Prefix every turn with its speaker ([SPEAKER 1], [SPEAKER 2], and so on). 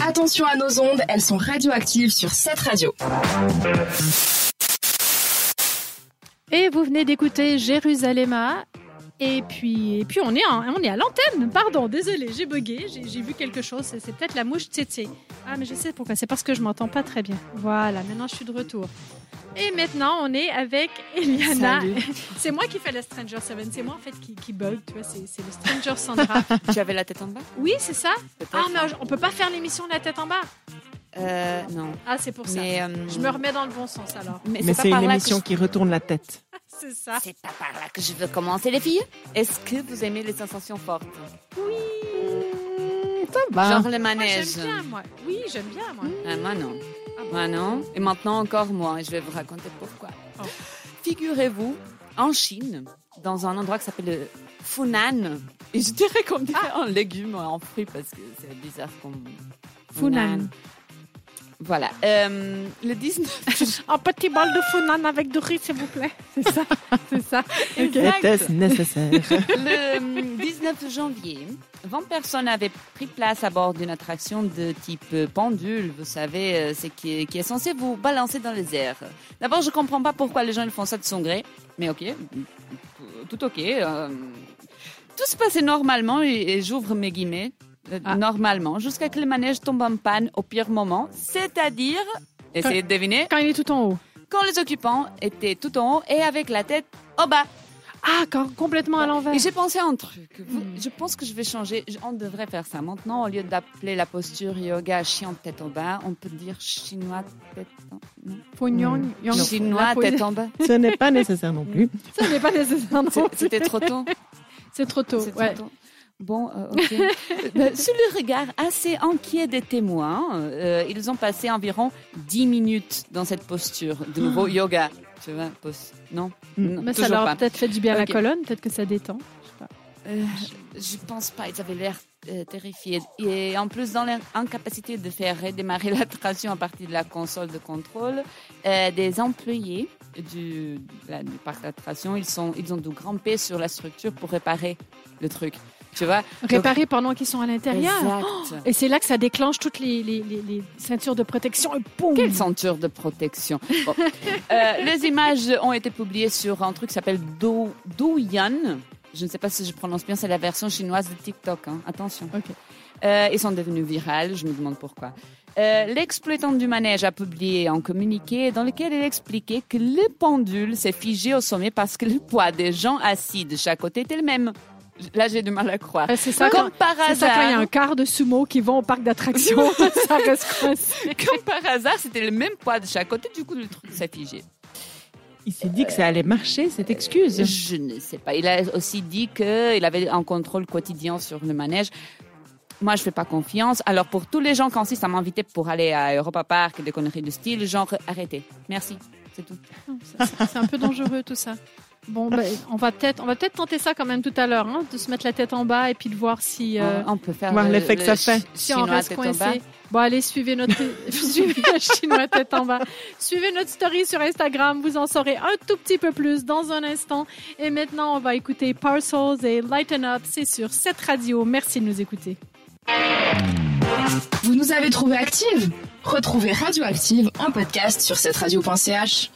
[SPEAKER 1] Attention à nos ondes, elles sont radioactives sur cette radio.
[SPEAKER 2] Et vous venez d'écouter Jérusalem. Et puis, et puis on est, à, on est à l'antenne. Pardon, désolé, j'ai bugué, j'ai, j'ai vu quelque chose. C'est, c'est peut-être la mouche tsetse. Ah, mais je sais pourquoi. C'est parce que je m'entends pas très bien. Voilà, maintenant je suis de retour. Et maintenant, on est avec Eliana.
[SPEAKER 3] Salut.
[SPEAKER 2] C'est moi qui fais la Stranger Seven. C'est moi, en fait, qui, qui bug. Tu vois, c'est, c'est le Stranger Sandra.
[SPEAKER 3] Tu avais la tête en bas
[SPEAKER 2] Oui, c'est ça.
[SPEAKER 3] peut-être
[SPEAKER 2] Ah, mais on peut pas faire l'émission de la tête en bas.
[SPEAKER 3] Euh, Non.
[SPEAKER 2] Ah, c'est pour ça.
[SPEAKER 3] Mais, euh,
[SPEAKER 2] Je me remets dans le bon sens, alors.
[SPEAKER 3] mais
[SPEAKER 4] Mais
[SPEAKER 3] c'est pas
[SPEAKER 4] c'est
[SPEAKER 3] par
[SPEAKER 4] une
[SPEAKER 3] là que
[SPEAKER 4] émission
[SPEAKER 3] je-
[SPEAKER 4] qui retourne la tête.
[SPEAKER 2] C'est ça.
[SPEAKER 3] C'est pas par là que je veux commencer, les filles. Est-ce que vous aimez les sensations fortes
[SPEAKER 4] Ça va.
[SPEAKER 3] Genre le
[SPEAKER 2] Moi,
[SPEAKER 3] manège.
[SPEAKER 2] j'aime bien, moi. Oui, j'aime bien, moi.
[SPEAKER 3] Ah, moi non.
[SPEAKER 2] Ah bon
[SPEAKER 3] Moi non. Et maintenant encore moi. Et je vais vous raconter pourquoi.
[SPEAKER 2] Oh.
[SPEAKER 3] Figurez-vous, en Chine, dans un endroit qui s'appelle le Funan, et je dirais qu'on dirait
[SPEAKER 2] Ah.
[SPEAKER 3] en légume, en fruit, parce que c'est bizarre qu'on...
[SPEAKER 2] Funan.
[SPEAKER 3] Voilà. Euh, le 19...
[SPEAKER 2] Un petit bol de founan avec du riz, s'il vous plaît. C'est ça, c'est ça.
[SPEAKER 3] Exact.
[SPEAKER 4] Était-ce nécessaire?
[SPEAKER 3] Le euh, 19 janvier, 20 personnes avaient pris place à bord d'une attraction de type euh, pendule, vous savez, euh, c'est qui, qui est censé vous balancer dans les airs. D'abord, je comprends pas pourquoi les gens ils font ça de son gré, mais ok, euh, tout ok. euh, Tout se passait normalement et, et j'ouvre mes guillemets, euh,
[SPEAKER 2] Ah.
[SPEAKER 3] normalement, jusqu'à que le manège tombe en panne au pire moment, c'est-à-dire, essayez de deviner,
[SPEAKER 2] Quand il est tout en haut.
[SPEAKER 3] quand les occupants étaient tout en haut et avec la tête au bas.
[SPEAKER 2] Ah, quand, complètement à l'envers.
[SPEAKER 3] Et j'ai pensé à un truc. Vous-
[SPEAKER 2] Hmm.
[SPEAKER 3] Je pense que je vais changer. Je- On devrait faire ça maintenant. Au lieu d'appeler la posture yoga chien tête en bas, on peut dire chinois tête en bas.
[SPEAKER 2] Pognon, yang- la
[SPEAKER 3] Chinois
[SPEAKER 2] po-
[SPEAKER 3] tête en bas.
[SPEAKER 4] Ce n'est pas nécessaire non plus.
[SPEAKER 2] Ça n'est pas nécessaire. non.
[SPEAKER 3] C'est- C'était trop tôt.
[SPEAKER 2] C'est trop tôt.
[SPEAKER 3] C'est trop
[SPEAKER 2] Ouais.
[SPEAKER 3] tôt. Bon, euh, ok. Euh, ben, sous le regard assez inquiet des témoins, euh, ils ont passé environ 10 minutes dans cette posture. De nouveau, yoga. Tu vois, pos- non,
[SPEAKER 4] Hmm.
[SPEAKER 3] non
[SPEAKER 2] Ah. Mais ça
[SPEAKER 3] toujours
[SPEAKER 2] leur
[SPEAKER 3] pas.
[SPEAKER 2] a peut-être fait du bien à
[SPEAKER 3] Ok.
[SPEAKER 2] la colonne. Peut-être que ça détend. Je sais pas.
[SPEAKER 3] Euh, je pense pas, ils avaient l'air euh, terrifiés. Et en plus, dans leur incapacité de faire redémarrer l'attraction à partir de la console de contrôle, euh, des employés du, de la- du parc d'attraction, ils, sont, ils ont dû grimper sur la structure pour réparer le truc. Tu vois
[SPEAKER 2] Réparer pendant qu'ils sont à l'intérieur.
[SPEAKER 3] Exact.
[SPEAKER 2] Et c'est là que ça déclenche toutes les, les- les- les ceintures de protection. Et boum
[SPEAKER 3] Quelle ceinture de protection Bon. Euh, Les images ont été publiées sur un truc qui s'appelle Dou- Douyin. Je ne sais pas si je prononce bien, c'est la version chinoise de TikTok. hein. Attention.
[SPEAKER 2] Ok.
[SPEAKER 3] Euh, ils sont devenus virales, je me demande pourquoi. Euh, L'exploitant du manège a publié un communiqué dans lequel il expliquait que le pendule s'est figé au sommet parce que le poids des gens assis de chaque côté était le même. Là, j'ai du mal à croire.
[SPEAKER 2] Ah, C'est ça, quand-
[SPEAKER 3] Comme par
[SPEAKER 2] c'est ça quand il y a
[SPEAKER 3] hasard,
[SPEAKER 2] un quart de sumo qui vont au parc d'attractions. ça reste coincé.
[SPEAKER 3] comme par hasard, c'était le même poids de chaque côté, du coup, le truc s'est figé.
[SPEAKER 4] Il s'est dit que ça allait marcher, cette excuse.
[SPEAKER 3] Je ne sais pas. Il a aussi dit qu'il avait un contrôle quotidien sur le manège. Moi, je fais pas confiance. Alors, pour tous les gens qui insistent à m'inviter pour aller à Europa Park et des conneries de style, genre, arrêtez. Merci. C'est tout.
[SPEAKER 2] C'est un peu dangereux tout ça. Bon, ben, on va peut-être, on va peut-être tenter ça quand même tout à l'heure, hein, de se mettre la tête en bas et puis de voir si, euh,
[SPEAKER 3] on peut faire
[SPEAKER 4] voir
[SPEAKER 3] le-
[SPEAKER 4] l'effet que
[SPEAKER 3] le
[SPEAKER 4] ça fait.
[SPEAKER 3] chi-
[SPEAKER 2] si on
[SPEAKER 3] chinois
[SPEAKER 2] reste
[SPEAKER 3] tête en bas.
[SPEAKER 2] coincé. Bon, allez, suivez notre, suivez la chinois tête en bas. Suivez notre story sur Instagram, vous en saurez un tout petit peu plus dans un instant. Et maintenant, on va écouter Parcels et Lighten Up. C'est sur cette radio. Merci de nous écouter.
[SPEAKER 1] Vous nous avez trouvé active Retrouvez Radioactive en podcast sur cette radio.ch.